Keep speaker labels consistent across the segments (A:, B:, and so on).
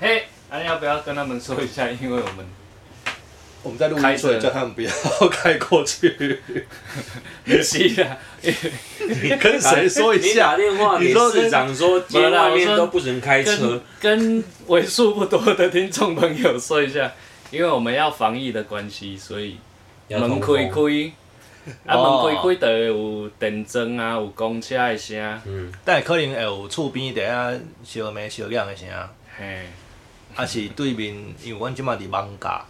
A: 嘿，那、要不要跟他们说一下？因为我们
B: 我们在录
A: 开
B: 音，
A: 车
B: 所以叫他们不要开 过去。
A: 没戏了，
B: 你跟 谁说一
C: 你打
B: 下？
C: 电话
B: 你
C: 给
B: 说
C: 市长说，今天外面都不准开
A: 跟
C: 车。
A: 跟为数不多的听众朋友说一下，因为我们要防疫的关系，所以
C: 要
A: 门
C: 通风
A: 开开，啊
B: 哦
A: 门开开就会有电钟啊，有公车的声，
C: 嗯，
D: 但可能会有厝边底下小妹小亮的声，啊
A: 嘿，
D: 是对面，因为阮即马伫网咖，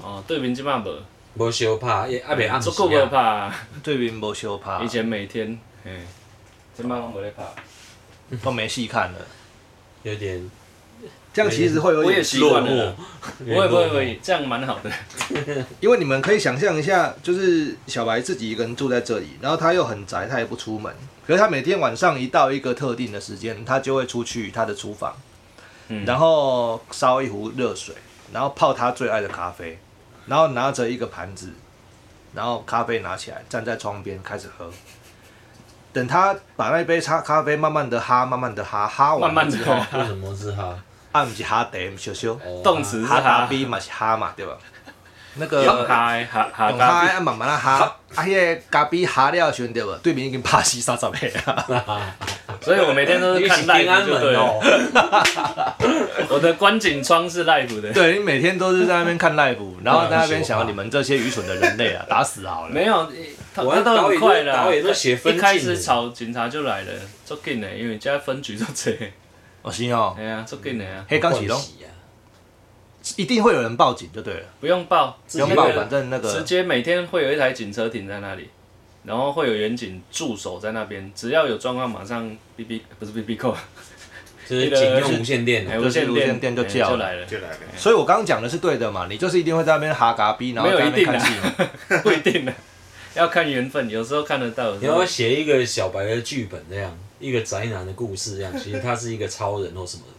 A: 哦，对面即摆无，
C: 无相拍，也还袂暗时
A: 足够无
C: 啊。
A: 拍，
D: 对面无相拍
A: 以，前每天，嘿，即摆拢无咧拍，
D: 都没戏看了。
C: 有点
B: 这样其实会有
A: 我也
B: 点
A: 习
C: 落
A: 惯了
C: 寞
A: 啦，。不会不会不会，这样蛮好的，
B: 因为你们可以想象一下，就是小白自己一个人住在这里，然后他又很宅，他也不出门。可是他每天晚上一到一个特定的时间，他就会出去他的厨房，
A: 嗯
B: 然后烧一壶热水，然后泡他最爱的咖啡，然后拿着一个盘子，然后咖啡拿起来，站在窗边开始喝。等他把那杯咖咖啡慢慢的哈，慢慢的哈，哈
A: 慢
B: 完
A: 慢
B: 了
A: 的
B: 之后，
A: 哦，
C: 为什么是哈？
B: 啊，不是哈得，不是羞羞，
C: 哦
A: 动词是
B: 哈达
A: 哈，
B: 比嘛是哈嘛，对吧？那个
A: 用哈的哈哈
B: 用哈
A: 咖
B: 啊慢慢啊哈，啊迄个咖啡哈了的时阵对无？对面已经拍死三十个啊！
C: 哦
A: 所以我每天都 是
C: 你
A: 看
C: 是平
A: live
C: 安
A: 就
C: 门
A: 对了。
C: 哦。
A: 我的观景窗是 live 的，
B: 对你每天都是在那边看 live，然后在那边想你们这些愚蠢的人类啊，打死好了。
A: 没有，他
C: 我
A: 他都很快了。
C: 导演都写分
A: 一
C: 镜
A: 开始吵，警察就来了， 足紧的，因为家分局都多，
B: 哦是哦
A: 哎，呀，足紧的啊，
B: 黑钢起
C: 恭
B: 拢
C: 喜啊！
B: 一定会有人报警就对了，
A: 不用报，
B: 不用报，
A: 直接
B: 反正那
A: 直
B: 个
A: 接每天会有一台警车停在那里，然后会有远警驻守在那边，只要有状况马上 B B 不是 B B 扣，
C: 就是警用无线电
A: 哎，
C: 啊，
B: 就是
A: 线
B: 无线电就
A: 哎
B: 叫了
A: 就来了，
E: 就来了。
B: 所以我刚刚讲的是对的嘛，你就是一定会在那边哈嘎逼，然后
A: 没有
B: 在那
A: 一定
B: 边看
A: 啊
B: 戏嘛。，
A: 不一定的，要看缘分，有时候看得到，有
C: 你
A: 时
C: 要
A: 候
C: 写一个小白的剧本这样，一个宅男的故事这 样，其实他是一个超人或什么的，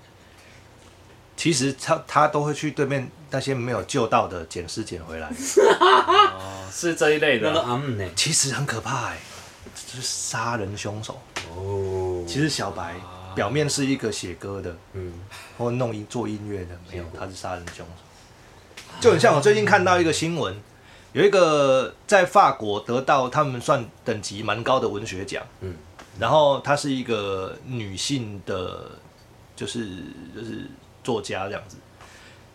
B: 其实他他都会去对面那些没有救到的捡尸捡回来，
A: 哦是这一类
C: 那都
A: 的，
C: 阿姆呢？
B: 其实很可怕哎，这就是杀人凶手。
C: 哦，
B: 其实小白表面是一个写歌的，
C: 嗯，
B: 或弄音做音乐的，没有
C: 结，果
B: 他是杀人凶手。就很像我最近看到一个新闻，有一个在法国得到他们算等级蛮高的文学奖，
C: 嗯，
B: 然后她是一个女性的，就是就是作家这样子，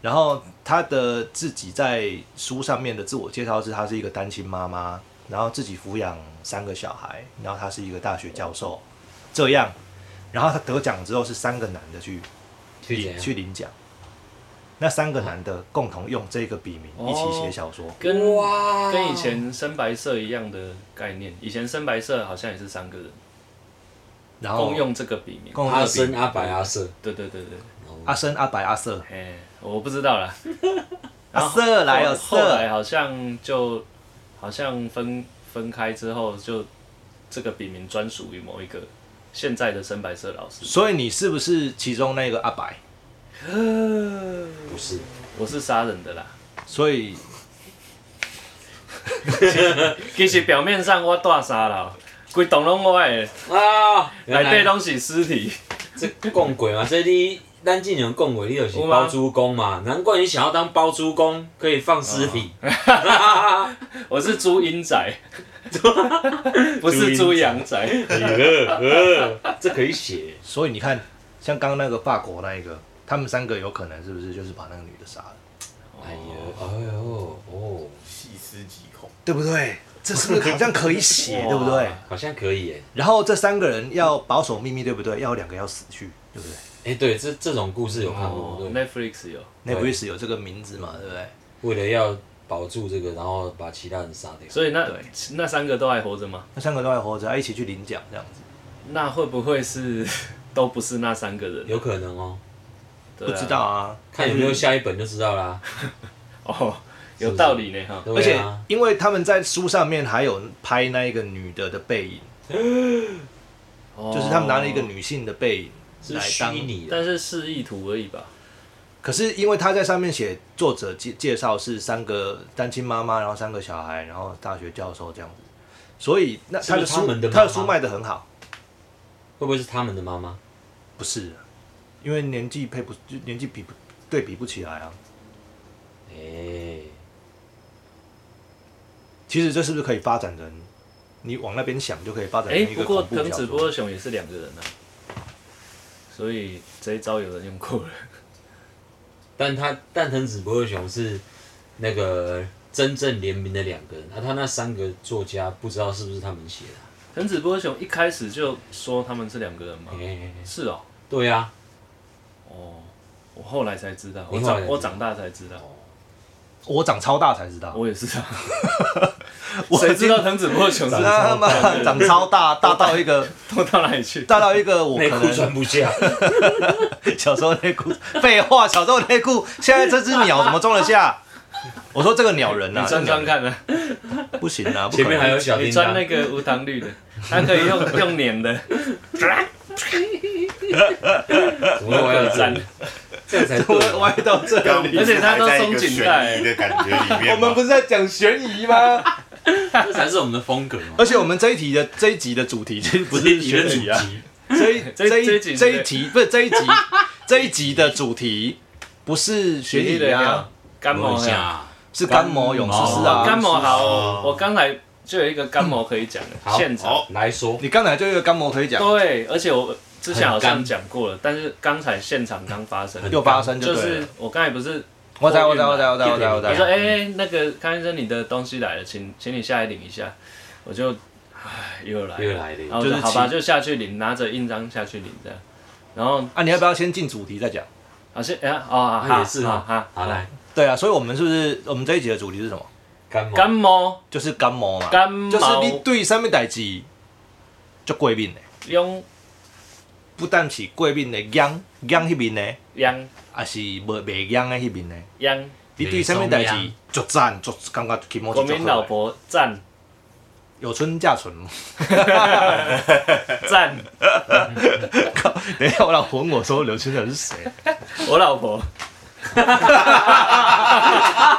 B: 然后她的自己在书上面的自我介绍是她是一个单亲妈妈，然后自己抚养三个小孩，然后她是一个大学教授，这样，然后她得奖之后是三个男的去
C: 去怎样
B: 去领奖。那三个男的共同用这个笔名一起写小说，
A: 跟
B: 哦
C: 哇
A: 跟以前深白色一样的概念，以前深白色好像也是三个人
B: 然后
A: 共用这个笔名。
B: 哦共用这
C: 阿
B: 个笔
C: 生、
B: 名
C: 阿白、阿瑟，
A: 对对对对，
B: 阿生、阿白、阿瑟、
A: 哎，我不知道啦。然
B: 阿
A: 后
B: 瑟来哦，
A: 后后来
B: 瑟，
A: 好像就好像分分开之后，就这个笔名专属于某一个现在的深白色老师。
B: 所以你是不是其中那个阿白？
C: 不是，
A: 我是杀人的啦，
B: 所以
A: 其实表面上我大杀啦，规栋拢我的，
C: 啊，原
A: 内底
C: 来
A: 拢是尸体。
C: 这讲过嘛，这里咱进行讲过，你就是包租公嘛，难怪你想要当包租公，可以放尸体，
B: 哦
A: 我是猪阴 仔， 不是猪羊仔。
C: 哎呃呃，这可以写，
B: 所以你看，像刚刚那个法国那一个，他们三个有可能是不是就是把那个女的杀了，
C: 哎呦，哎呦，哦，
E: 细思极恐，
B: 对不对？这是不是好像可 以写，对不对？
C: 好像可以耶，
B: 然后这三个人要保守秘密，对不对？要有两个要死去，对不对？
C: 哎，对，这这种故事有看过，
A: 哦
C: 对，
A: ，Netflix 有，
B: 那不是有这个名字嘛，对不对？
C: 为了要保住这个，然后把其他人杀掉。
A: 所以那
B: 对
A: 那三个都还活着吗？
B: 那三个都还活着，一起去领奖这样子。
A: 那会不会是 都不是那三个人？
C: 有可能哦，
A: 对啊
B: 不知道啊，
C: 看有没有下一本就知道啦。
A: 哦，有道理呢哈。
B: 而
C: 对
B: 且
C: 啊，
B: 因为他们在书上面还有拍那一个女的的背影，就是他们拿了一个
A: 哦，
B: 女性的背影
C: 是
B: 来
C: 虚
B: 当。
C: 拟的，
A: 但是示意图而已吧。
B: 可是因为他在上面写作者介介绍是三个单亲妈妈，然后三个小孩，然后大学教授这样子，所以那
C: 是不
B: 的
C: 是
B: 书
C: 他们的妈妈
B: 书卖的很好，
C: 会不会是他们的妈妈？
B: 不是？因为年纪配不就年纪比不对比不起来啊。
C: 哎，
B: 其实这是不是可以发展成？你往那边想就可以发展
A: 哎、
B: 成一
A: 不
B: 个
A: 过
B: 恐怖
A: 藤
B: 小
A: 子不
B: 说。
A: 二雄也是两个人啊，所以这一招有人用过了。
C: 但他但藤子不二雄是那个真正联名的两个人，啊，他那三个作家不知道是不是他们写的啊、
A: 藤子不二雄一开始就说他们是两个人吗？
C: 哎，
A: 是哦，
C: 对啊呀、
A: 哦，我后来才知道，
C: 你
A: 我
C: 后来才
A: 长我
C: 知道
A: 长大才知道，
B: 哦我长超大才知道，
A: 我也是啊。
B: 我
A: 谁知道藤子不二雄是
B: 长他妈长超 大，大到一个
A: 都 到哪里去？
B: 大到一个我
C: 内
B: 可
C: 裤穿
B: 能
C: 不下，
B: 小时候内裤，废话，小时候内裤，现在这只鸟怎么装得下？我说这个鸟人
A: 你
B: 啊，
A: 穿
B: 这个
A: 穿
B: 鸟
A: 看啊，
B: 人不行啊，不可
C: 前
B: 能
C: 面还有小
A: 你
C: 叮
A: 穿
C: 当，
A: 那个无糖绿的，它可以用用粘的，
C: 怎么我要站
A: 赞？
C: 这样才
B: 我
C: 对。
B: 歪到这
D: 刚
B: 里。
D: 不是
A: 而且他都
D: 还在一个
A: 松紧带
D: 悬疑的感觉里面吗，
B: 我们不是在讲悬疑吗？
C: 啊这才是我们的风格嘛。
B: 而且我们这一题的这一集的主题其实 不
C: 这
B: 是
C: 一集的
B: 悬
C: 主
B: 疑啊，
C: 题，
B: 这一
A: 这
B: 这
A: 这一
B: 一
A: 集
B: 这一题不是这一集这一集的主题不是悬
A: 便宜的
B: 疑
A: 呀
B: 啊，，
A: 干
C: 我
A: 毛
C: 一
A: 呀，
C: 下，
B: 是干毛勇士是啊。
A: 干毛好
D: 哦
A: 哦，我刚才就有一个干毛可以讲的，
C: 好
A: 现场
D: 好。
C: 来说，
B: 你刚才就有一个干毛可以讲，
A: 对，而且我之前好
C: 很
A: 像
C: 干
A: 讲过了，但是刚才现场刚发生，
B: 又发生就
A: 就
B: 对
A: 是
B: 了。
A: 我刚才不是
B: 我在我在我在我在我在我
A: 我说
B: 在，
A: 哎、那个康先生，你的东西来了，请请你下来领一下。我就唉又来
C: 又
A: 了，
C: 来
A: 然
C: 了，
A: 后我就
B: 就是
A: 好吧，
B: 请
A: 就下去领，拿着印章下去领这样。然后
B: 啊，你要不要先进主题再讲？
A: 好像哎呀哦啊
C: 那也是
A: 哈
C: 哈，
A: 哈
C: 好来，
B: 对啊，所以我们是不是我们这一集的主题是什么？
C: 干嘛？
A: 干毛
B: 就是干毛嘛，
A: 干毛
B: 就是你对上面代志就过敏的，
A: 用
B: 不但是过敏的痒痒迄面呢，
A: 养
B: 也是无袂痒的迄面呢。
A: 养
B: 你对上面代
C: 袂
B: 志
C: 痒
B: 足赞足感觉起毛
A: 国
B: 足
A: 民
B: 足
A: 老
B: 好的，
A: 婆赞
B: 有春嫁春。
A: 赞，
B: 等一下，我老婆问我说刘春晓是谁？
A: 我老婆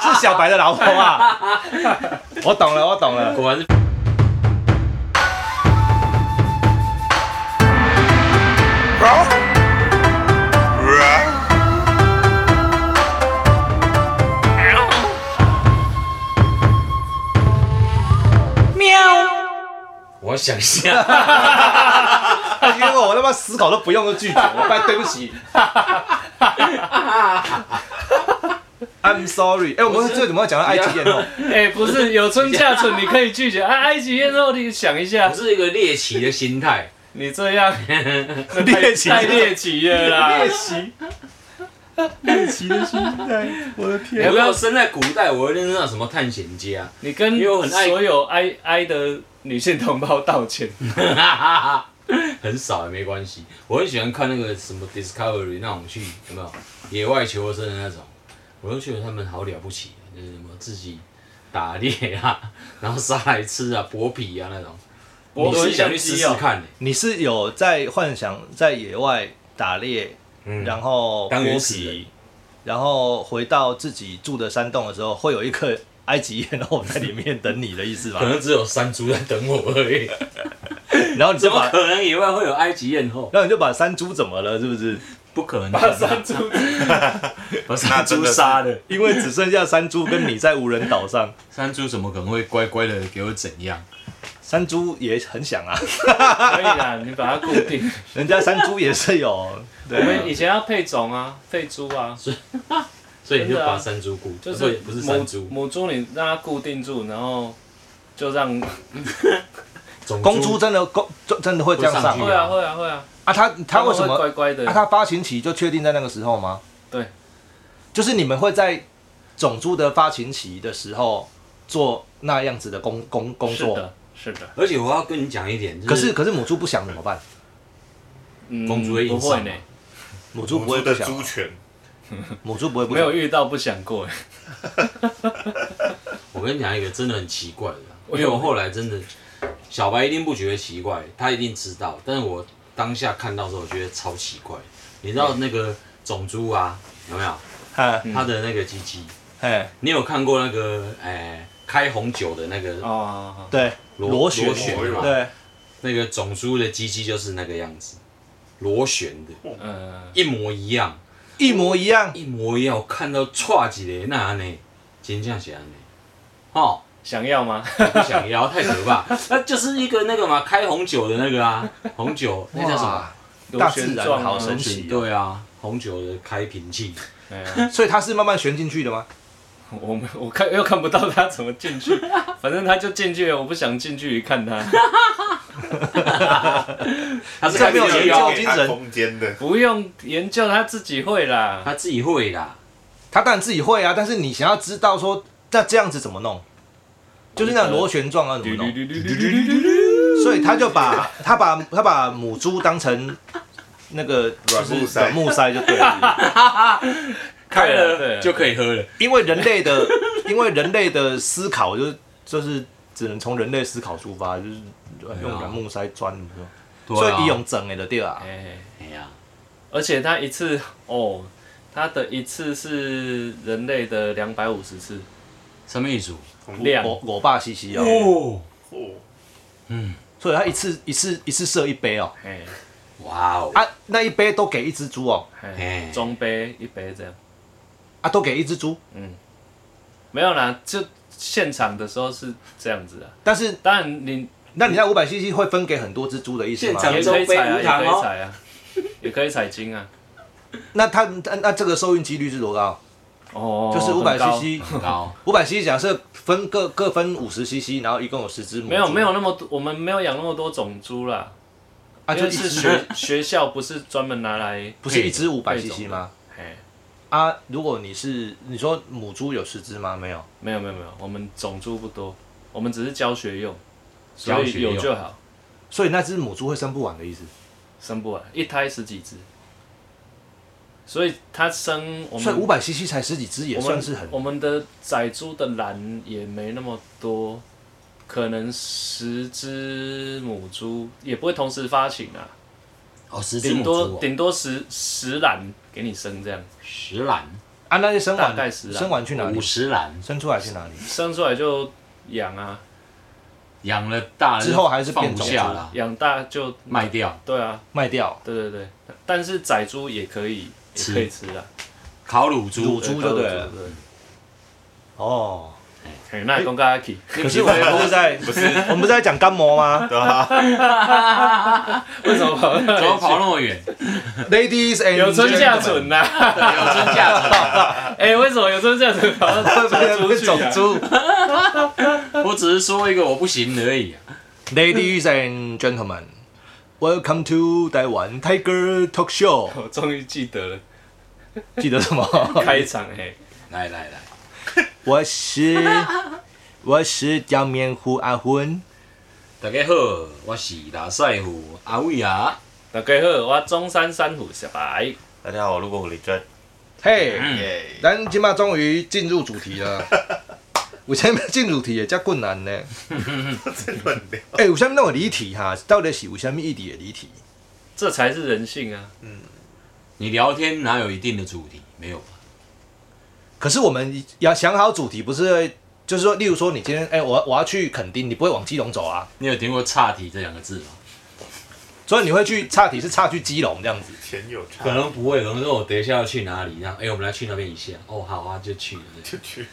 B: 是小白的老婆啊！ 我懂了，我懂了。
C: 果然是
E: 啊
C: 我想一下，
B: 因为我他妈思考都不用就拒绝，我拜对不起。I'm sorry，哎、我们这怎么会讲到埃及艳 后？
A: 哎、不是有春夏春，你可以拒绝。哎、埃及艳后，你想一下
C: 我，是一个猎奇的心态，
A: 你这样
B: 猎奇，
A: 太猎奇了啦！
B: 奇，猎奇的心态，我的天！
C: 如果生在古代，我会认识到什么探险家，
A: 你跟
C: 因为我很爱
A: 所有哀哀的女性同胞道歉。
C: 很少也没关系。我很喜欢看那个什么 Discovery 那种去有没有野外求生的那种，我就觉得他们好了不起，啊就是什么自己打猎啊，然后杀来吃啊，剥皮啊那种。
A: 剥
C: 我
A: 皮
C: 很想去
A: 相机
C: 试试
A: 哦
C: 看、欸，
B: 你是有在幻想在野外打猎，
C: 嗯，
B: 然后
C: 当原
B: 剥
C: 始人
B: 皮，然后回到自己住的山洞的时候，会有一个埃及艳后在里面等你的意思吧
C: 可？能只有山猪在等我而 已，
B: 然后你
C: 怎
B: 就
C: 么
B: 把，
C: 可能野外会有埃及艳后？
B: 然后你就把山猪怎么了？是不是？
C: 不可能，
A: 把山猪，
C: 把山猪杀了，
B: 因为只剩下山猪跟你在无人岛 上，
C: 山猪怎么可能会乖乖的给我怎样？
B: 山猪也很想啊，
A: 可以啦，你把它固定。
B: 人家山猪也是有，
A: 我
B: 对啊
A: 们以前要配种啊，配猪啊，
C: 所以你
A: 真
C: 就
A: 的啊
C: 把山猪顾，
A: 就
C: 不
A: 是
C: 不是
A: 母
C: 山猪，
A: 母猪，你让它固定住，然后就让
C: 种
B: 公猪真的公真真的会这样上
C: 会
A: 会
C: 啊
A: 啊会啊会啊，
B: 啊？他他为什
A: 们会
B: 么？
A: 乖乖的
B: 啊，？他发情期就确定在那个时候吗？
A: 对，
B: 就是你们会在种猪的发情期的时候做那样子的工工工
A: 是
B: 作，
A: 的，是的，
C: 而且我要跟你讲一点，
B: 可是可是母猪不想怎么办？
A: 嗯，
C: 公猪会
A: 不
C: 硬
A: 会
C: 上
A: 呢
C: 吗，
B: 母猪
D: 母
B: 不会
D: 猪
B: 不
D: 的
B: 想，
D: 猪权，
B: 母猪不会不
A: 没有
B: 想。
A: 遇到不想过欸。
C: 我跟你讲一个真的很奇怪的啦，因为我后来真的，小白一定不觉得奇怪，他一定知道，但是我当下看到的时候，我觉得超奇怪。你知道那个种猪啊，有没有？
B: 哎
C: 它的那个鸡鸡，
B: 哎，
C: 你有看过那个诶、哎开红酒的那个
A: 哦，
B: 对，
C: 螺
B: 螺旋
C: 螺旋
D: 螺
C: 嘛？
B: 对，
C: 那个种猪的鸡鸡就是那个样子，螺旋的，
A: 嗯，
C: 一模一样，
B: 一模一样，
C: 一模一样，我看到歘一个那安尼，真正是安尼，吼、
A: 想要吗？
C: 不想要太可 怕，那就是一个那个嘛，开红酒的那个啊，红酒那叫什么？
B: 哇，大
A: 螺
B: 自
A: 旋
B: 然
A: 状啊
B: 好神奇哦、
C: 对啊，红酒的开瓶器，
A: 哎呀
B: 所以它是慢慢旋进去的吗？
A: 我们我看 又看不到他怎么进去， 反正他就进去了，我不想近距离看他。
C: 他是
B: 这
C: 开
B: 没有
C: 瓶
B: 研
C: 器
B: 究
C: 哦，
B: 精神
E: 空间的，
A: 不用研究，他自己会啦。
C: 他自己会啦，
B: 他当然自己会啊，但是你想要知道说，那这样子怎么弄？就是那螺旋状要啊怎么弄？所以他就把 他把他把母猪当成那个就
E: 软木
B: 是
E: 塞
B: 软木塞就对了，
C: 开
A: 对啊
C: 了就可以喝了，
B: 因为人类的因为人类的思考就是就是只能从人类思考出发，就是用软木塞钻，所
C: 对啊
B: 以用整的就对啊，
A: 哎，
C: 哎呀，
A: 而且他一次哦，他的一次是人类的两百五十次
C: 什么意思？
A: 量，
B: 我我爸嘻嘻哦，
C: 哦，
E: 哦，
B: 所以他一次一次一次射一杯哦，
A: 哎
C: 哇哦，
B: 啊那一杯都给一只猪哦，
A: 哎
C: 哎，
A: 中杯一杯这样，
B: 啊都给一只猪，
A: 没有啦，就现场的时候是这样子啊。
B: 但是
A: 当然你
B: 那你那五百 CC 会分给很多只猪的意思吗？
C: 现场
A: 也可以
C: 中杯
A: 采啊，也
C: 无糖
A: 可
C: 哦
A: 以采啊，也可以采精啊。
B: 那它那那这个受孕几率是多高？
A: 哦，
B: 就是五
A: 很
B: 百
A: 高
B: CC，
C: 高，
B: 五百 CC 假设分各各分五十 CC，然后一共有十只母猪，
A: 没有没有那么多，我们没有养那么多种猪啦，
B: 啊，
A: 因
B: 就
A: 为
B: 一
A: 是
B: 只
A: 学学校不是专门拿来，
B: 不是一只五百
A: 配种
B: CC
A: 的
B: 吗？
A: 哎，
B: 啊，如果你是你说母猪有十只吗？没有，
A: 没有没有没有，我们种猪不多，我们只是教学用，所
C: 教学
A: 以有
C: 用
A: 就好，
B: 所以那只母猪会生不完的意思。
A: 生不完，一胎十几只，所以它生我
B: 所以
A: 们
B: 五百 CC 才十几只，也
A: 我
B: 算
A: 们
B: 是很
A: 我们的仔猪的卵也没那么多，可能十只母猪也不会同时发情啊，
C: 哦，十只
A: 顶
C: 母
A: 多
B: 啊
C: 猪哦，
A: 顶多十十卵给你生这样，
C: 十篮，
B: 啊，那些生
A: 大概
B: 完
A: 十啊
B: 生完去哪里
C: 五？十篮，
B: 生出来去哪里？
A: 生出来就养啊，
C: 养了大了
B: 之后还是
C: 放
B: 变
C: 不
B: 种啊
C: 下了，
A: 养大就
C: 卖掉。
A: 对啊，
B: 卖掉
A: 对对对，但是仔猪也可以也
C: 吃
A: 可以吃啊，
C: 烤乳
B: 乳
C: 猪，
B: 猪
A: 对
B: 就对了。哦，
A: 嘿那公家 去，
B: 可是我们不是在不是我们不是在讲干膜吗
E: 对啊，
A: 为什么跑到
C: 怎
A: 那
C: 么
A: 里去？
C: 跑那么 远？
B: ？Ladies and
A: 有村架纯
B: gentlemen，
A: 呐、 啊！
C: 有真价值。
A: 哎、为什么有村架纯跑到
B: 会不
A: 猪
B: 会会
A: 去、啊。
B: 种？猪？
C: 我只是说一个我不行而已、啊。
B: Ladies and gentlemen, welcome to Taiwan Tiger Talk Show
A: 我终于记得了
B: 记得什么？
A: 开场哎、
C: 来来来，
B: 我是我是江面虎阿昏。
C: 大家好，我是大帅虎阿伟啊。
A: 大家好，我中山三虎小白，
E: 大家好，如果我李真，
B: 嘿、
E: 嗯耶，
B: 咱今嘛终于进入主题 了。为什么进主题也遮困难呢？
E: 真乱聊，
B: 哎、为什么那么离题哈、到底是为什么议题的离题？
A: 这才是人性啊！
C: 你聊天哪有一定的主题？没有吧？
B: 可是我们要想好主题，不是会就是说，例如说，你今天哎、我我要去垦丁，你不会往基隆走啊，
C: 你有听过“岔题”这两个字吗？
B: 所以你会去岔题是岔去基隆这样子。
E: 钱有差
C: 可能不会，可能说我等一下要去哪里，然后哎、我们来去那边一下。哦，好啊，就 去了。
E: 就去，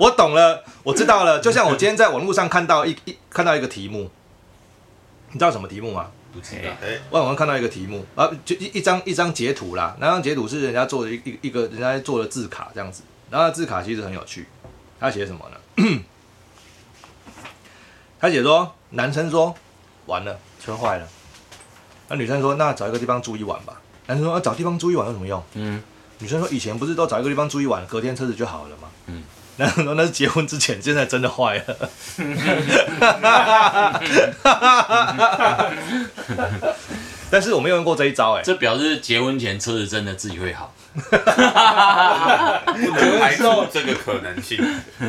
B: 我懂了，我知道了。就像我今天在网络上看到一一看到一个题目，你知道什么题目吗？
C: 不知道，
E: 哎，
B: 我网上看到一个题目啊，就一一张一张截图啦，那张截图是人家做的一一一个人家做的字卡这样子，然后那字卡其实很有趣，他写什么呢？ 他写说男生说完了车坏了，那女生说那找一个地方住一晚吧，男生说、啊、找地方住一晚有什么用？
C: 嗯，
B: 女生说以前不是都找一个地方住一晚，隔天车子就好了吗？
C: 嗯
B: 嗯，然后那是结婚之前，现在真的坏 了。但是我没有用过这一招哎、
C: 这表示结婚前车子真的自己会 好。
E: 不能排除这个可能性，
B: 嗯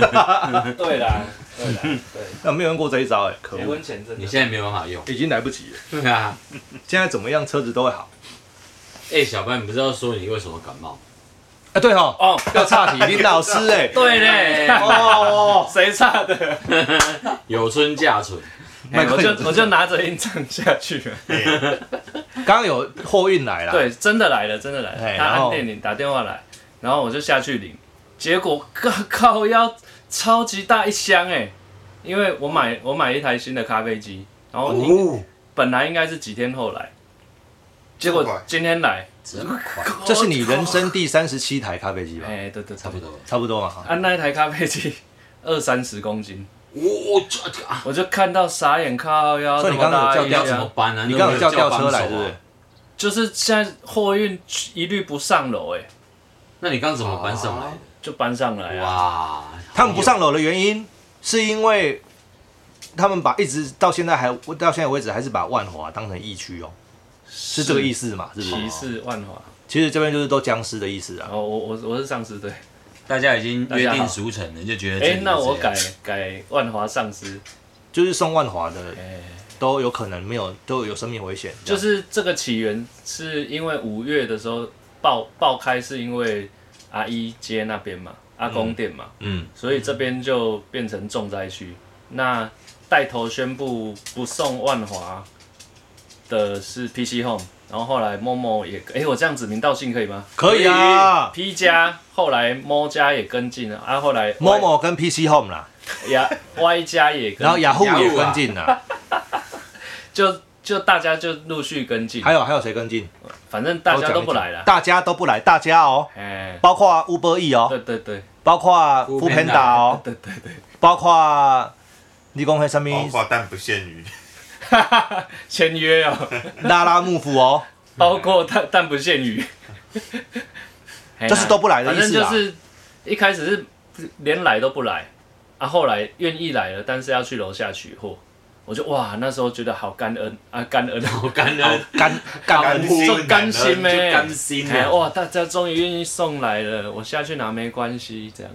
A: 对啦，对 啦，对，
B: 那没有用过这一招哎、可
A: 结
B: 恶，
A: 婚前真
C: 你
A: 的
C: 现在没有办法 用
B: 已经来不及了。
C: 啊！
B: 现在怎么样，车子都会好。
C: 哎、小白，你不知道说你为什么感冒？
B: 啊，对哦，
A: 哦，
B: 要岔题，林老师哎，
A: 对嘞，
B: 哦，
A: 谁差的？
C: 有春嫁春，
A: 哎
B: 麦克
A: 我
B: 有
A: 就我就拿着印章下去啊了。
E: 哎
B: 刚刚有货运来了，，
A: 对，真的来了，真的来
B: 哎
A: 了。他
B: 然后
A: 按电铃打电话来，然后我就下去领，结果 靠靠腰超级大一箱哎、因为我买我买一台新的咖啡机，然后你
C: 哦，
A: 本来应该是几天后来，结
E: 这么快
A: 果今天来，
C: 真快，
B: 这是你人生第三十七台咖啡机吧？
A: 哎、对对，差
C: 差
A: 不
C: 不
A: 多。
C: 多。
B: 差不多嘛，
A: 啊，那一台咖啡机 二三十公斤，
C: 我这啊，
A: 我就看到傻眼靠腰，
B: 所以你刚
A: 这么大
B: 刚有叫
A: 一
B: 吊
A: 箱
C: 怎么办啊？
B: 你刚刚有叫吊
C: 帮
B: 车来
C: 手啊
B: 是不是？
A: 就是现在货运一律不上楼哎、
C: 那你刚刚怎么搬上来的？
A: 就搬上来啊。
C: 哇，
B: 哦哎他们不上楼的原因是因为他们把一直到现在还到现在为止还是把万华当成疫区哦，是这个意思嘛？是不
A: 骑
B: 是？
A: 士万华，
B: 其实这边就是都僵尸的意思啊
A: 然。后哦我我我是上司对，
C: 大家已经
A: 约定
C: 俗成了，就觉得
A: 哎、那我改改万华上司，
B: 啊就是啊送万华的
A: 哎、
B: 都有可能没有都有生命危险，
A: 就
B: 这样
A: 是这个起源是因为五月的时候爆爆开，是因为阿姨街那边嘛，阿公店嘛，
B: 嗯，
A: 所以这边就变成重灾区。那带头宣布不送万华的是 PC Home，然后后来 Momo 也，哎、我这样指名道姓可以吗
B: 可以啊。
A: ？P 家后来 Mo 家也跟进了，啊，后来
B: 某某跟 PC Home 啦，
A: 呀 Y 家也跟
B: 然后
A: 进，
B: 雅虎也
C: Yahoo 啊
B: 跟进啦，
A: 就就大家就陆续跟进，
B: 还有还有谁跟进？
A: 反正大家
B: 讲
A: 都
B: 一
A: 不
B: 讲
A: 来了。
B: 大家都不来，大家哦，
A: 哎，
B: 包括 Uber E 哦，
A: 对对对，
B: 包括 f o o
C: Foodpanda
B: p a n d a 哦，
A: 对对 对，
B: 包括你讲那什
E: 包
B: 么
E: 括但不限 于，
A: 签约哦，
B: 拉拉幕府哦，
A: 包括但但不限于，哎
B: 这是都不来的意
A: 反
B: 思
A: 正就
B: 啦。
A: 是一开始是连来都不来，啊，后来愿意来了，但是要去楼下取货，我就哇，那时候觉得好感恩啊，感恩。
C: 好感人，
B: 干干
E: 干
B: 干
E: 净
A: 就甘心
C: 就
A: 呗，
C: 甘心啊
A: 哎哇，大家终于愿意送来了，我下去拿没关系，这样。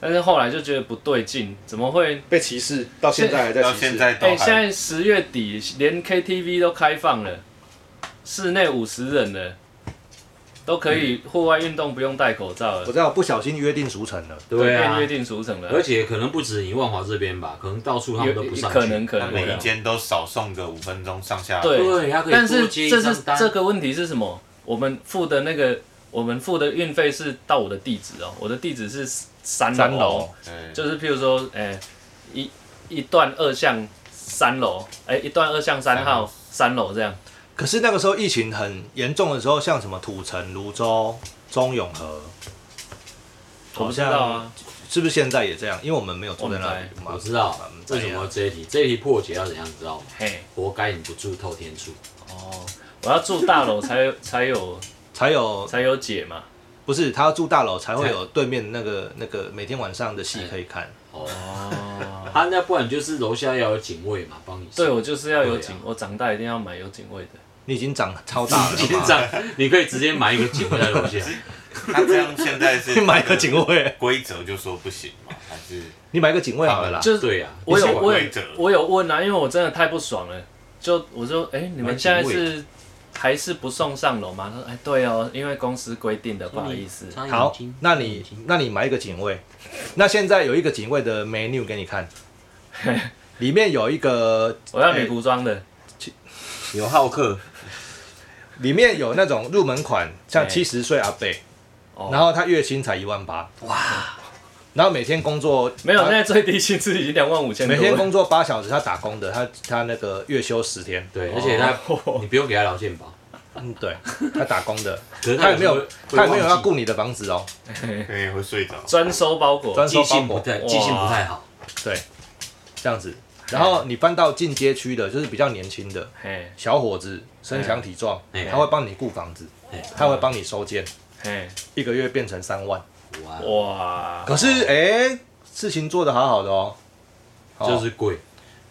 A: 但是后来就觉得不对劲，怎么会
B: 被歧视，到
A: 现在
B: 还
E: 到 现。在
A: 哎、
E: 都
A: 现
E: 还
A: 在十月底连 KTV 都开放了，室内五十人了，都可以户外运动不用戴口罩
B: 我
A: 了，
B: 知道，不小心约定俗成了。
C: 对啊
A: 变约。定俗成了。
C: 而且可能不止你万华这边吧，可能到处他们都不
A: 有
C: 上去。
A: 可能可
E: 他
A: 能
E: 每
A: 对
E: 一
A: 啊
E: 间都少送个五分钟上下。
A: 对
C: 对，他可以
A: 但
C: 多
A: 是
C: 接一
A: 这
C: 张
A: 是
C: 单。
A: 这个问题是什么？我们付的那个我们付的运费是到我的地址哦，我的地址是三
B: 三
A: 楼
B: 楼
A: 哦，
E: 对，
A: 就是譬如说，哎、一一段二巷三楼，哎、一段二巷三号三楼这样。
B: 可是那个时候疫情很严重的时候，像什么土城、泸州、中永和，
A: 我不知道啊，
B: 是不是现在也这样？因为我们没有坐在那里嘛
C: 我。知道为什么这一题，这一题破解要怎样，你知道吗？
A: 嘿，
C: 活该你不住透天处，
A: 哦，我要住大楼才 有才有
B: 才有
A: 才有解嘛。
B: 不是他要住大楼才会有对面那个那个每天晚上的戏可以看。
A: 哦，
C: 啊，那不然就是楼下要有警卫嘛，帮你
A: 对，我就是要有
C: 对啊
A: 警，我长大一定要买有警卫的。
B: 你已经长超大了，
C: 警长，你可以直接买一个警卫在楼下，
E: 他这样现在 是
B: 你买个警卫，
E: 规则就说不行嘛，还是
B: 你买个警卫好了 啦。
A: 就是
C: 对啊呀，
A: 我有
E: 你是
A: 我有
E: 违者
A: 我有问啊，因为我真的太不爽了，就我就哎、你们现在
C: 蛮敬
A: 是还是不送上楼吗？他说哎、对哦，因为公司规定的，不好意思。
C: 嗯
B: 好，那你那你买一个警卫，那现在有一个警卫的 menu 给你 看，里面有一个，
A: 我要女仆装的，
C: 有好客，
B: 里面有那种入门款，像
A: 哎
B: 七十岁阿贝，
A: 哦
B: 然后他月薪才一万八，哇，然后每天工作
A: 没有，
B: 他
A: 现在最低薪资已经两万五千多
B: 每
A: 了。
B: 天工作八小时，他打工的，他他那个月休十天，
C: 对，而且他
A: 哦
C: 你不用给他劳健保，
B: 嗯， 对他打工的，
C: 可是
B: 他也没
C: 时候
B: 有他也没有要
C: 会忘记
B: 顾你的房子哦，
E: 可以会睡着？
A: 专收包裹，
B: 专收
C: 记
B: 包
C: 性不
B: 裹
C: 太
A: 哇
C: 记性不太好，
B: 这样子，然后你搬到进街区的，就是比较年轻的，
A: 嘿
B: 小伙子，身强体壮，
C: 哎
B: 他会帮你顾房子
C: 哎，
B: 他会帮你收件，
A: 嘿，
B: 一个月变成三万。
C: 哇，
A: 哇，
B: 可是哎，事情做得好好的哦，哦
C: 就是贵，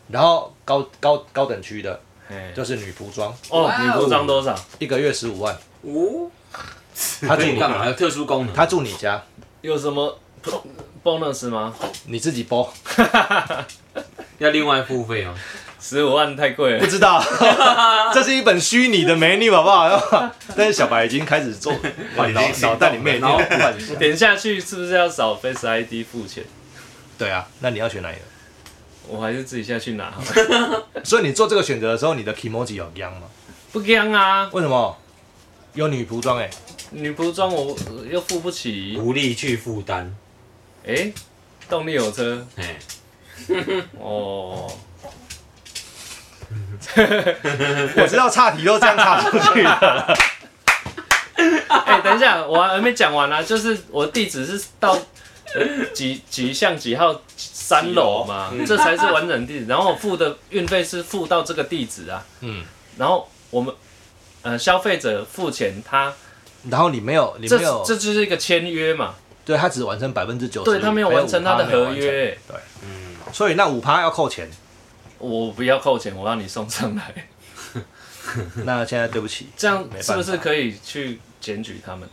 B: 然后高高高等区的，
A: 嘿，
B: 就是女仆装，
A: 哦，
C: 哇哦
A: 女仆装多少？
B: 一个月十五万，
C: 哦，
B: 他住
C: 可以
B: 你
C: 干嘛？有特殊功能，
B: 他住你家，
A: 有什么 bonus 吗？
B: 你自己包，
C: 要另外付费哦，
A: 十五万太贵
B: 不
A: 了，
B: 知道， 这是一本虚拟的美女，好不好？ 但是小 白已经开始做，
E: 已经
B: 脑
E: 行动
B: 脑袋里面已经
C: 了
B: 幻 想。
A: 点下去是不是要扫 Face ID 付钱？
B: 对啊，那你要选哪一个？
A: 我还是自己下去拿好了，
B: 所以你做这个选择的时候，你的 emoji 有央吗？
A: 不香啊！
B: 为什么？有女仆 装哎、
A: 女仆装我呃又付不起，
C: 无力去负担，
A: 哎、动力有车
C: 哎，
A: 哦，
B: 我知道岔题都这样岔出 去了。
A: 哎、等一下，我还没讲完啊，就是我地址是到呃几几巷几号三楼嘛，
B: 嗯
A: 这才是完整地址。然后我付的运费是付到这个地址啊，
B: 嗯，
A: 然后我们呃消费者付钱，他
B: 然后你没有，你
A: 这
B: 没有，
A: 这就是一个签约嘛，
B: 对他只完成百分之九十，
A: 对他没有完成他的
B: 还有5%
A: 合
B: 没有完
A: 约，
E: 嗯，
B: 成，所以那五趴要扣钱。
A: 我不要扣钱，我让你送上来，
B: 那现在对不起，
A: 这样
B: 没办法
A: 是不是可以去检举他们？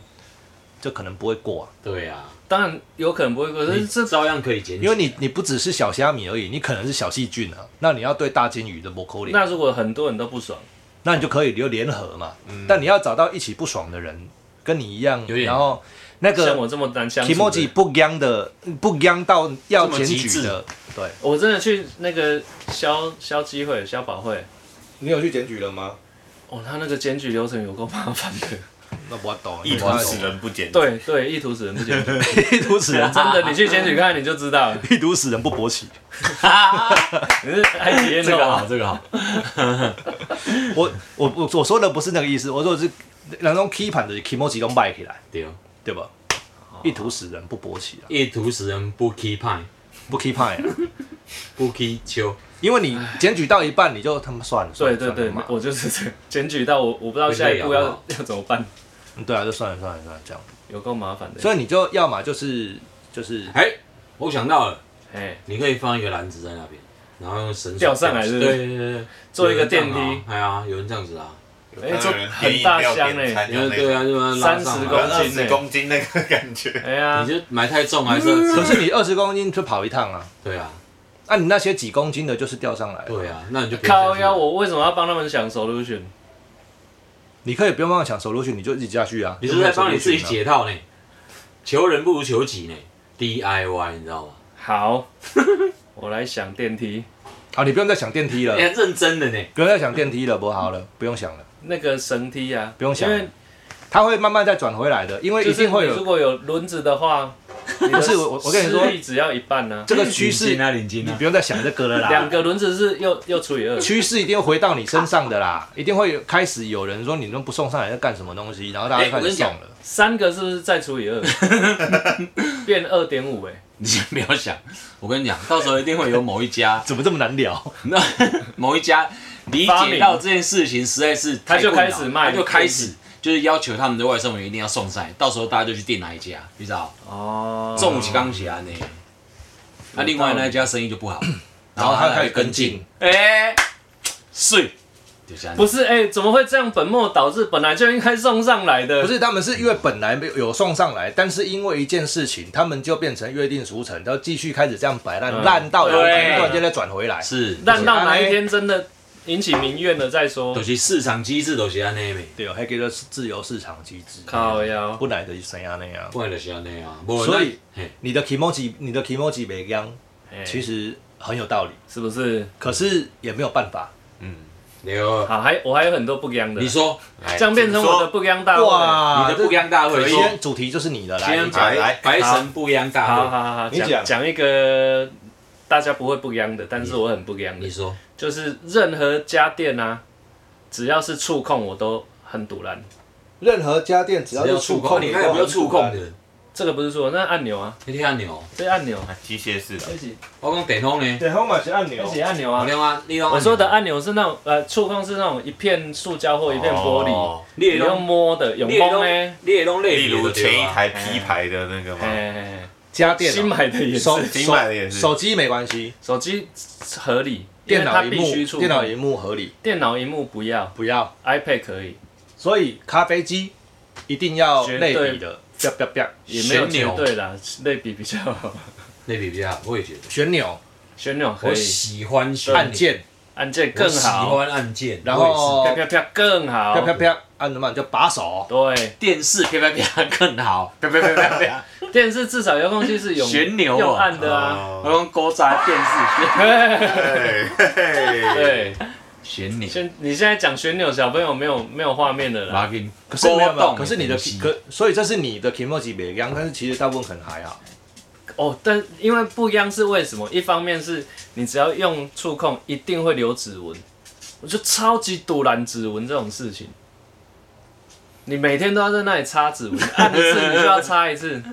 B: 就可能不会过啊，
C: 对啊，
A: 当然有可能不会过，可
C: 你
A: 是这
C: 照样可以减，
B: 因为你你不只是小虾米而已，你可能是小细菌啊，那你要对大金鱼的不扣脸，
A: 那如果很多人都不爽，
B: 那你就可以留联合嘛。
A: 嗯
B: 但你要找到一起不爽的人，跟你一样，
C: 有点
B: 然后那
A: 像
B: 个
A: 我这么难相处
B: i
A: 的
B: m o j i 不僵的，不僵到要
C: 这么
B: 检
C: 机
B: 举
C: 智
B: 的，对。
A: 我真的去那个消消基会、消保会，
B: 你有去检举了吗？
A: 哦，他那个检举流程有够麻烦的。
B: 那我懂，
E: 意图使人不检，
A: 对对，意图使人不检举，
B: 一毒死人，
A: 真的，你去检举看看你就知道了。
B: 一毒死人不勃起。
A: 你是埃及艳
C: 这
A: 后
C: 个好，
A: 啊？
C: 这个好，
B: 我我我我说的不是那个意思，我说的是那种 key 盘的 emoji 都摆起来，
C: 对，哦
B: 对吧？一图使人不勃起啊，
C: 意图使人不 key 派，
B: 不 key 盘啊，
C: 不 key 秋，
B: 因为你检举到一半你就他妈算了，算
A: 对
B: 了
A: 对对
B: 算了，嘛
A: 我就是这样检举到我，我不知道下一步要
C: 不
A: 要怎么办，
B: 嗯对啊，就算了算了算了这样，
A: 有够麻烦的。
B: 所以你就要么就是就是
C: 哎，我想到了，
A: 哎，
C: 你可以放一个篮子在那边，然后用绳索
A: 吊上来
C: 吊
A: 是不是
C: 对对对对，
A: 做一个
C: 有人这样
A: 电梯
C: 啊，哎呀，有人这样子啊，
A: 哎，
E: 有
A: 这
E: 人
A: 很大箱
E: 哎
A: 哎，，
C: 因为对啊，就把它拉
A: 30
C: 上来
A: 公斤
E: 二十公斤那个 感觉，
A: 哎呀
C: 你，就买太重还是要
B: 可是你二十公斤就跑一趟啊，
C: 对啊，
B: 那、你那些几公斤的就是吊上来，
C: 对啊，那你就别
A: 靠腰，我为什么要帮他们想 solution？
B: 你可以不用帮我抢手路去，你就一直下去啊，
C: 你是在帮你自
B: 就没有手路
C: 己
B: 去啊
C: 解套呢？求人不如求己呢，DIY 你知道吗？
A: 好， 我来想电梯。
B: 好，啊你不用再想电梯了
C: 哎、，认真的呢，
B: 不用再想电梯了，不好了，不用想了，
A: 那个绳梯啊，
B: 不用想
A: 因
B: 了
A: 为
B: 它会慢慢再转回来的，因为一
A: 就是
B: 定会
A: 你
B: 有
A: 如果有轮子的话，
B: 不是我，我跟你说
A: 施，力只要一半呢、
B: 这个趋势
C: 领巾啊，领巾
B: 你
C: 啊
B: 不，用再想这个了
A: 两
B: 啦。
A: 个轮子是又又除以二，
B: 趋势一定会回到你身上的啦，一定会有开始有人说你都不送上来在干什么东西，然后大家
C: 哎
B: 就开
C: 我跟
B: 始
C: 你
B: 送
C: 讲
B: 了。
A: 三个是不是再除以 二，变二点五哎，
C: 你先不要想，我跟你讲，到时候一定会有某一 家，
B: 怎么这么难聊？
C: 那某一家理
A: 发
C: 解
A: 明
C: 到这件事情实在是
A: 他
C: 太
A: 就
C: 困扰
A: 开始卖
C: 他就开始就是要求他们的外送员一定要送上来，到时候大家就去订哪一家，你知道？
A: 哦，
C: 中午是刚起安呢，那、另外那一家生意就不好，
B: 然后他
C: 就
B: 开始跟进，，
A: 哎、
C: 是，就这样
A: 不是哎、怎么会这样本末倒置？本来就应该送上来的，
B: 不是他们是因为本来没有有送上来，但是因为一件事情，他们就变成约定俗成，然后继续开始这样摆烂，
A: 嗯
B: 烂到有一天
C: 对
B: 突然间再转回来。
C: 是，
A: 但到
B: 就是
A: 哪一天真的引起民怨了再说
C: 都。是市场机制都是安尼呗。
B: 对哦，还给了自由市场机制，
A: 靠腰，
B: 不来的谁啊那样？
C: 不然就是安尼啊，无
B: 所以
C: 咱嘿
B: 你的 emoji，你的 emoji 没央，
A: 哎
B: 其实很有道理，
A: 是不是？
B: 可是也没有办法。
E: 嗯，
C: 对哦，
A: 好，还我还有很多不一样的
C: 你，说
E: 来
A: 哎这样变成我的
E: 请说
A: 不一样大会。
B: 哇，
C: 你的不良大会
B: 今天
C: 说，
B: 主题就是你的，
C: 今
B: 来，
C: 天
B: 你讲
C: 白
E: 来
C: 白神不良
A: 好
C: 大会，
A: 好好，
B: 你
A: 讲
B: 讲
A: 讲一个大家不会不一样的，但是我很不一样的
C: 你，说
A: 就是任何家电啊，只要是触控我都很堵烂。
B: 任何家电只要是触控，
C: 你看有没有触控
B: 的？
C: 的？
A: 这个不是说那按钮啊，
C: 那些按钮，
A: 这按钮，
E: 哎机械式的
A: 一起
C: 哦我讲电筒呢，
B: 对，号码是按钮
A: 一起按钮
C: 我
A: 啊。
C: 另外你用
A: 我说的按钮是那种呃触控是那种一片塑胶或一片玻璃，
E: 哦
C: 你
A: 你
C: 也
A: 用
C: 用
A: 摸的，有
C: 你也
A: 摸
C: 用
A: 哎
C: 你也用类
E: 例
C: 比的
E: 如
C: 对吧
E: 前一台 P 牌的那个吗？
A: 哎，
B: 家电
A: 新
B: 哦
A: 买的也是，
B: 手
E: 新买的也是
B: 手手机没关系，
A: 手机合理，因为
B: 电
A: 它
B: 脑荧
A: 必须
B: 幕
A: 触
B: 电脑
A: 控，
B: 荧幕合理，
A: 电脑荧幕不要
B: 不要。
A: ，iPad 可以，
B: 所以咖啡机一定要
A: 绝
B: 类
A: 对
B: 比的，啪啪啪，
A: 也没有
C: 旋
A: 绝
C: 钮
A: 对啦，类比比较 好。
C: 类比比较好，我也觉得。
B: 旋钮、
A: 旋钮可
C: 我
A: 以，
C: 喜欢旋钮
B: 按，键，
A: 按键更
C: 我喜
A: 好，
C: 欢按键，
B: 然
C: 我
B: 后
A: 啪啪啪更好
B: 啪，啪啪，按着嘛叫把手，
A: 对，
C: 也是电视啪啪啪更好， 啪啪啪啪啪，
A: 电视至少遥控器是有
C: 旋钮啊
A: 用按的啊，
C: 我
E: 哦，
C: 用勾扎电视
E: 对，嘿
A: 对，
C: 旋钮，
A: 现你现在讲旋钮，小朋友没有没有画面的啦，
C: 把它给
B: 可是没有没有，
C: 动，
B: 可是你的可所以这是你的 emoji 不一样，但是其实大部分很还好。
A: 哦，但因为不一样是为什么？一方面是你只要用触控，一定会留指纹，我就超级堵拦指纹这种事情。你每天都要在那里擦指纹，按一次你就要擦一次。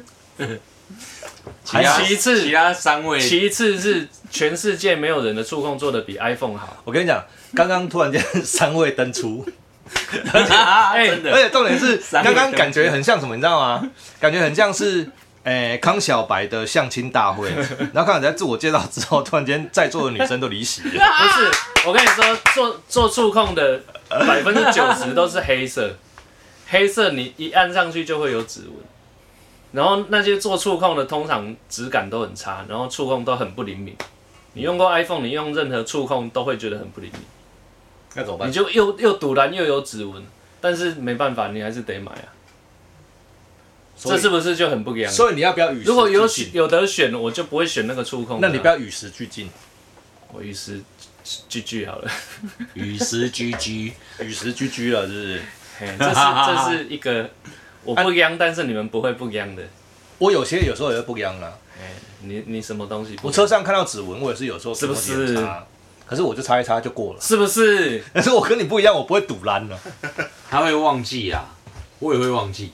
C: 其他
A: 其次
C: 其他三
B: 哎
C: 位
A: 其次是全世界没有人的触控做的比 iPhone 好。
B: 我跟你讲，刚刚突然间 三位登出，
C: 哎 真
B: 而
C: 的
B: 且重点是
C: 三位
B: 刚
C: 登出
B: 刚感觉很像什么，你知道吗？感觉很像是。诶、康小白的相亲大会，然后康小白在自我介绍之后，突然间在座的女生都离席了。
A: 不是，我跟你说，做做触控的百分之九十都是黑色， 黑色你一按上去就会有指纹。然后那些做触控的通常质感都很差，然后触控都很不灵敏。你用过 iPhone，你用任何触控都会觉得很不灵敏，
B: 那怎么
A: 你？就又又堵然又有指纹，但是没办法，你还是得买啊。
B: 所以
A: 这是不是就很不一样？
B: 所以你要不要与时
A: 如果有
B: 俱进
A: 有得选，我就不会选那个触控的
B: 那
A: 啊。
B: 你不要与时俱进，
A: 我于是 GG 好了。
C: 与时俱居，
B: 与时俱居了，是不是？
A: 嘿这是这是一个我
B: 啊
A: 不一样，但是你们不会不一样的。
B: 我有些有时候也会不一样啦。
A: 哎，你你什么东西不一
B: 我
A: 样？
B: 车上看到指纹，我也是有时候
A: 是不是
B: 手机很差？可是我就擦一擦就过了。
A: 是不是？
B: 可是我跟你不一样，我不会堵拦了。
C: 他会忘记啦，我也会忘记。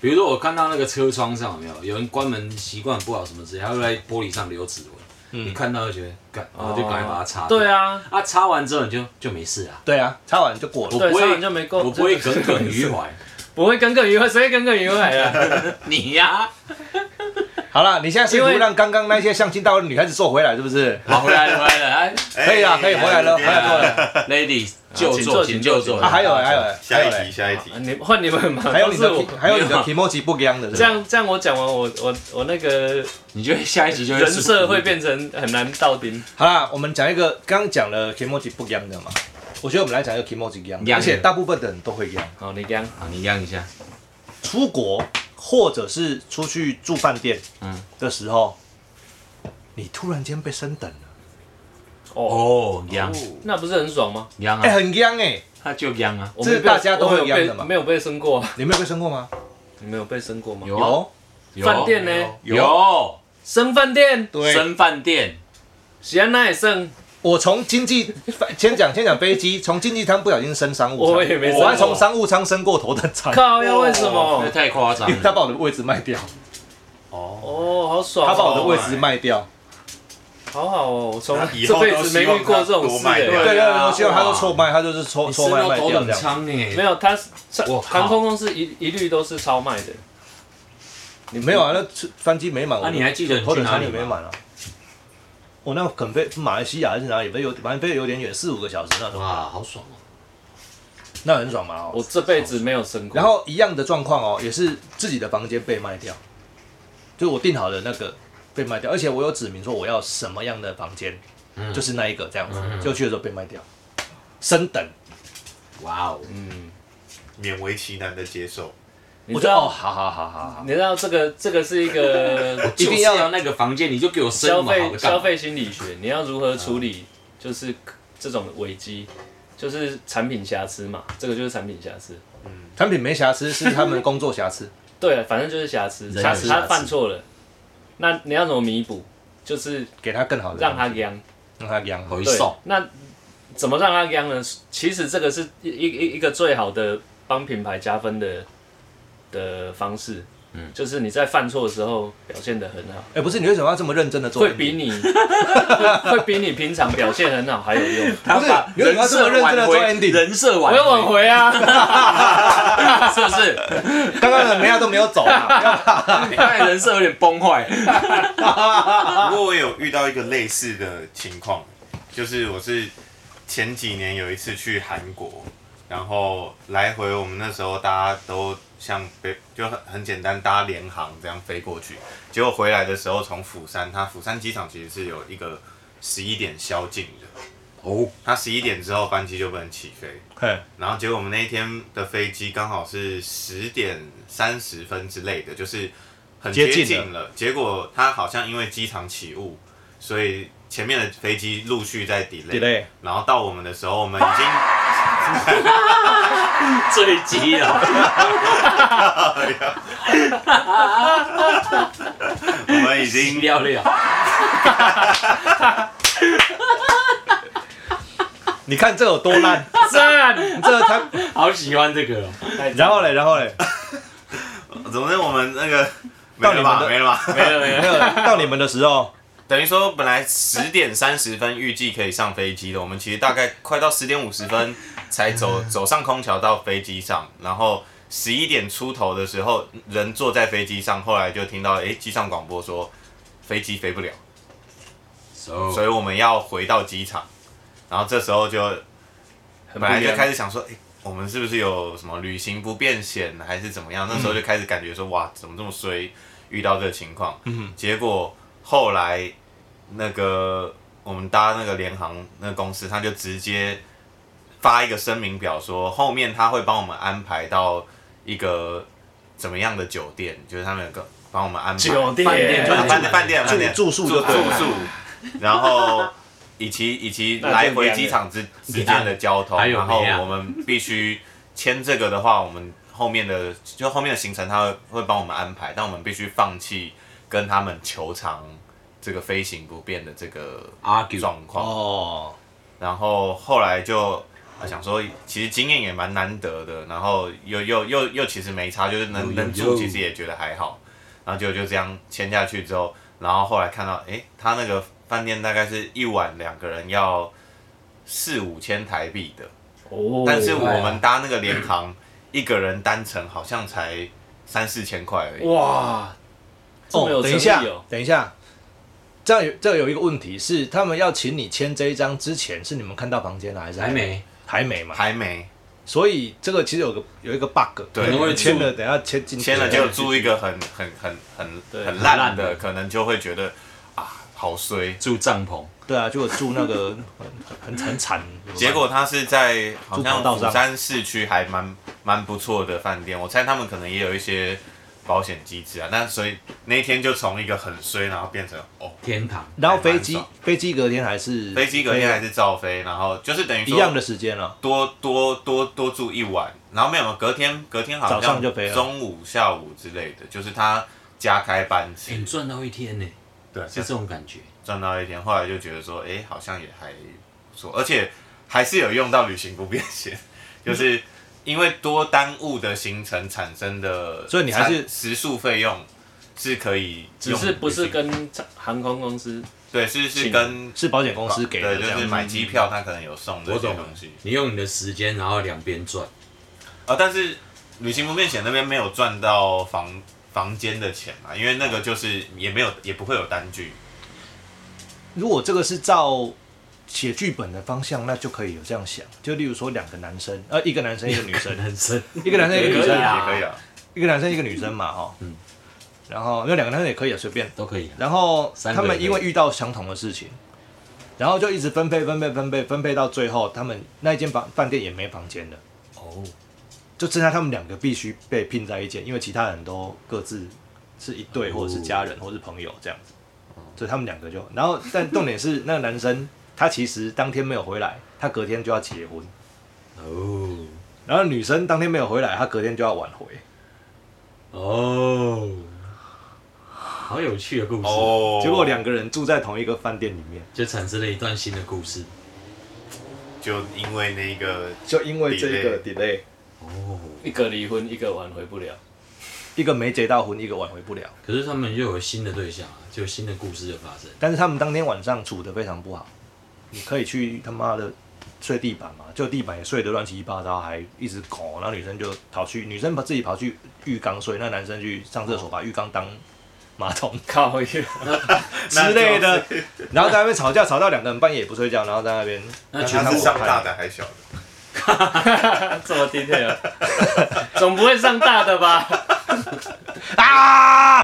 C: 比如说我看到那个车窗上有没有有人关门习惯不好什么之类，他会在玻璃上留指纹，你看到就觉得干，然哦后就赶快把它擦。
A: 对，啊，
C: 啊，擦完之后你就就没事啊，
B: 对啊，擦完就过
C: 我
B: 了。
A: 对
C: 不
A: 擦
C: 会
A: 完就没过
C: 我不会耿耿于怀。
A: 不会耿耿于怀，谁会耿耿于怀啊？
C: 你呀，
B: 好了，你现在试图
A: 因为
B: 让刚刚那些相亲大会的女孩子坐回来，是不是？
C: 好回来了回来了
B: 可以啊，可以回来了，回
E: 哎
B: 来过了。
C: 哎，ladies 就
A: 请
C: 坐，
A: 坐
C: 请
A: 请
C: 就
A: 坐
C: 坐。
B: 啊，还有欸还有欸，
E: 下
B: 还有
E: 一题，
B: 欸，
E: 下一题，
A: 啊你换你们嘛，
B: 还有
A: 都
B: 你
A: 是
B: 的
A: 我
B: key-。还有你的 emoji 不一样的，是
A: 这
B: 吧
A: 样这样，我讲完我我我那个
C: 你就会下一集就会
A: 人设
C: 顺服
A: 会变成很难到顶。
B: 好啦，我们讲一个刚刚讲了 emoji 不一样的嘛。我觉得我们来讲一个 emoji 一样
C: 一
B: 的，
C: 样
B: 而
C: 的
B: 且大部分的人都会一样。
A: 好，你讲。
C: 啊，你让一下，
B: 出国或者是出去住饭店，
C: 嗯
B: 的时候，你突然间被升等了，
A: 哦，
C: 哦，让
A: 那不是很爽吗？
C: 让
B: 哎、
C: 啊，
B: 很僵哎、
C: 他就让啊，
A: 我没有被
B: 这大家都会
A: 我没有
B: 一
A: 被
B: 样的嘛
A: 没有被升过啊，
B: 你没有被升过吗？
A: 你没有被升过吗？
C: 有啊有
A: 饭店呢？
C: 有
A: 升饭店，
B: 对，
C: 升饭店，
A: 喜安那也升，
B: 我从经济先讲先讲飞机，从经济舱不小心升商务舱，
A: 我也没升
B: 我还
A: 过。
B: 从商务舱升过头等舱，
A: 靠要为什
C: 那
A: 么？
C: 太夸张
B: 因为他
C: 了。
B: 把我的位置卖掉，
E: 哦，
A: 哦，好爽
B: 他
A: 哦！
B: 把我的位置卖掉，
A: 好好哦，我从
E: 那以
A: 这
E: 后都
A: 辈子没遇过这种
E: 希
A: 事、
E: 望他多卖
B: 对
A: 欸。
E: 点
B: 对对，
C: 哇
B: 我希望他都错卖，他就是错
C: 啊你
B: 错
C: 升
B: 卖
C: 到
B: 卖
C: 头
B: 掉
C: 等
B: 这样。
C: 舱哎，
A: 没有，他是
C: 我靠
A: 航空公司一一律都是超卖的。
B: 你没有啊？那翻机没满，我
C: 啊，你还记得你
B: 头
C: 去
B: 等
C: 哪
B: 舱
C: 里
B: 也没
C: 吗？
B: 满啊。我那肯飞马来西亚还是哪里飞有，反正飞有点远，四五个小时那种，
C: 哇，好爽哦！
B: 那很爽嘛哦。
A: 我这辈子没有升过。
B: 然后一样的状况哦，也是自己的房间被卖掉，就我订好的那个被卖掉，而且我有指明说我要什么样的房间，
C: 嗯
B: 就是那一个这样子
C: 嗯，
B: 就去的时候被卖掉，升等，
C: 哇哦，
E: 勉为其难的接受，
A: 你
B: 我
A: 知
B: 就哦，
A: 道，
B: 好好好好好，
A: 你知道这个这个是一个
C: 一
B: 一
C: 定
B: 定
C: 要
B: 要
C: 那个房间，你就给我升
A: 消
C: 嘛好
A: 费
C: 的
A: 消
C: 干嘛
A: 费心理学，你要如何处理就是这种危机，就是产品瑕疵嘛，这个就是产品瑕疵。
B: 产品没瑕疵，是他们工作瑕疵，
A: 对，反正就是瑕疵，
C: 人有
A: 他
C: 瑕
A: 他
C: 疵
A: 犯错了，那你要怎么弥补？就是
B: 给他更好的，
A: 让他养。
B: 让他养好，
C: 回
A: 对
C: 送，
A: 那怎么让它央呢？其实这个是一一一一个最好的帮品牌加分的的方式。嗯，就是你在犯错的时候表现得很好，
B: 哎，不是你为什么要这么认真的做？
A: 会比你会比你平常表现很好还有用。
C: 他
B: 是
C: 把
B: 你为什么要这么
C: 人设
B: 认真地做
C: 挽回
B: ending？
C: 人设
A: 我要挽
C: 挽回，
A: 回啊！
C: 是不是？
B: 刚刚人家都没有 走啊，
C: 你看来人设有点崩坏。
E: 不过我有遇到一个类似的情况，就是我是前几年有一次去韩国，然后来回我们那时候大家都像飞，就很很简单搭联航这样飞过去，结果回来的时候从釜山，它釜山机场其实是有一个十一点宵禁的，
C: 哦，
E: 它十一点之后班机就不能起飞。
B: 嘿，
E: 然后结果我们那一天的飞机刚好是十点三十分之类的，就是很接
B: 接
E: 近了。
B: 近了
E: 结果它好像因为机场起雾，所以前面的飞机陆续在 delay。
B: delay
E: 然后到我们的时候，我们已经
C: 坠机了，
E: 我们已
C: 已经
E: 经
C: 料了，
B: 你看这有多 烂，
A: 赞，
B: 这他，
C: 好喜欢这个哦，
B: 然后嘞，然后嘞，
E: 总之我们那个没
B: 到你
E: 了吧，
B: 们的
E: 没了吧。
A: 没了没
B: 没
A: 了，
B: 有到你们的时候，
E: 等于说本来十点三十分预计可以上飞机的，我们其实大概快到十点五十分才走走上空桥到飞机上，然后十一点出头的时候，人坐在飞机上，后来就听到诶机上广播说飞机飞不了，
C: So，
E: 所以我们要回到机场，然后这时候就
A: 很
E: 本
A: 不
E: 来
A: 一
E: 就开
A: 样。
E: 始想说，诶哎我们是不是有什么旅行不便险还是怎么样？那
A: 嗯
E: 时候就开始感觉说，哇，怎么这么衰，遇到这个情况。
B: 嗯，
E: 结果后来那个我们搭那个联航那个公司，他就直接发一个声明表说，后面他会帮我们安排到一个怎么样的酒店，就是他们有个帮我们安排
A: 酒
C: 饭店
E: 就是
A: 啊店，
E: 饭店饭店饭店
B: 住住宿
E: 哎住
B: 就对
E: 住
B: 了
E: 宿，然后以及以及来回机场之之间的交通，
C: 还有
E: 然后
C: 没啊
E: 我们必须签这个的话，我们后面的就后面的行程他会会帮我们安排，但我们必须放弃跟他们求偿这个飞行不便的这个
C: argue，
E: 状况。
B: 哦，
E: 然后后来就呃想说，其实经验也蛮难得的，然后又又又又其实没差，就是
C: 有
E: 能
C: 有
E: 能
C: 有
E: 住其实也觉得还好，然后就就这样签下去之后，然后后来看到，诶，他那个饭店大概是一晚两个人要四五千台币的，
A: 哦
E: 但是
C: 哇
E: 我们搭那个联航，一个人单程好像才三四千块而已。
A: 哇， 这么有
B: 等一
A: 诚
B: 下
A: 意哦，
B: 等一下，这样有这样有一个问题是，他们要请你签这一张之前，是你们看到房间了还是
C: 还没，
B: 还没嘛？
E: 还没
B: 所以这个其实有个有一个 bug，
E: 对
B: 可能
C: 因为
B: 签
C: 住
B: 了，等一下签进去
E: 签了就住一个很很很很
A: 对
E: 很
C: 很
E: 烂
C: 烂
E: 的，
C: 的
E: 可能就会觉得啊好衰，
C: 住帐篷，
B: 对啊，就住那个 很很很惨，
E: 结果他是在好
B: 住
E: 像
B: 跑道
E: 釜
B: 上
E: 山市区还蛮蛮不错的饭店，我猜他们可能也有一些保险机制啊。那所以那一天就从一个很衰，然后变成哦，
C: 天堂，
B: 然后飞
E: 还
B: 机
E: 蛮爽
B: 飞机隔天还是
E: 飞机隔天还
B: 飞
E: 是照飞，然后就是等于
B: 一样
E: 说
B: 的时间了，
E: 多多多多住一晚，然后没有隔天隔天好像
B: 早上就飞了
E: 中午下午之类的，就是他加开
C: 哎
E: 班
B: 嗯
C: 你
E: 次，
C: 赚到一天呢，
E: 对，
C: 是这种感觉，
E: 赚到一天，后来就觉得说，哎、好像也还不错，而且还是有用到旅行不便险，就是因为多耽误的行程产生的，
B: 所以你还是
E: 产食宿费用是可以
A: 只
E: 用旅行，
A: 是不是跟航空公司
E: 对，是是跟
B: 是保险公司给的这
E: 对，就
B: 样
E: 是
B: 子。
E: 买机票，他可能有送这
C: 我
E: 些
C: 懂
E: 东
C: 了
E: 西，
C: 你用你的时间，然后两边赚，
E: 啊，但是旅行不便险那边没有赚到房房间的钱嘛，因为那个就是也没有也不会有单据，
B: 如果这个是照写剧本的方向，那就可以有这样想，就例如说两个男生，呃，一个男生一个女 生，
C: 人生
B: 一个男生一个女
C: 可
B: 生
C: 以，啊
E: 也可以啊，
B: 一个男生一个女生嘛，哈，
C: 嗯
B: 然后因为两个男生也可以啊，随便，
C: 都可以啊，
B: 然后
C: 三个
B: 他们因为遇到相同的事情，然后就一直分配分配分配分配到最后，他们那一间房饭店也没房间了，
C: 哦，
B: 就剩下他们两个必须被拼在一间，因为其他人都各自是一对或者是家人或是朋友这样子，所以他们两个就，然后但重点是那个男生他其实当天没有回来，他隔天就要结婚，
C: 哦，
B: 然后女生当天没有回来，她隔天就要挽回，
C: 哦，好有趣的故事，
E: 哦，
B: 结果两个人住在同一个饭店里面，
C: 就产生了一段新的故事，
E: 就因为那个
B: 就因为这个 delay，
C: 哦，
A: 一个离婚，一个挽回不了，
B: 一个没结到婚，一个挽回不了。
C: 可是他们又有新的对象啊，就有新的故事的发生。
B: 但是他们当天晚上处的非常不好，你可以去他妈的睡地板嘛，就地板也睡得乱七八糟，还一直拱，然后女生就跑去，女生把自己跑去浴缸睡，那男生去上厕所把浴缸当马桶
A: 靠呀！
B: 之类的，然后在那边吵架，吵到两个人半夜也不睡觉，然后在那边
C: 那
E: 他
C: 全
E: 是
C: 部
E: 上大的还是小的？
A: 这啊么 detail，总不会上大的吧？
B: 啊。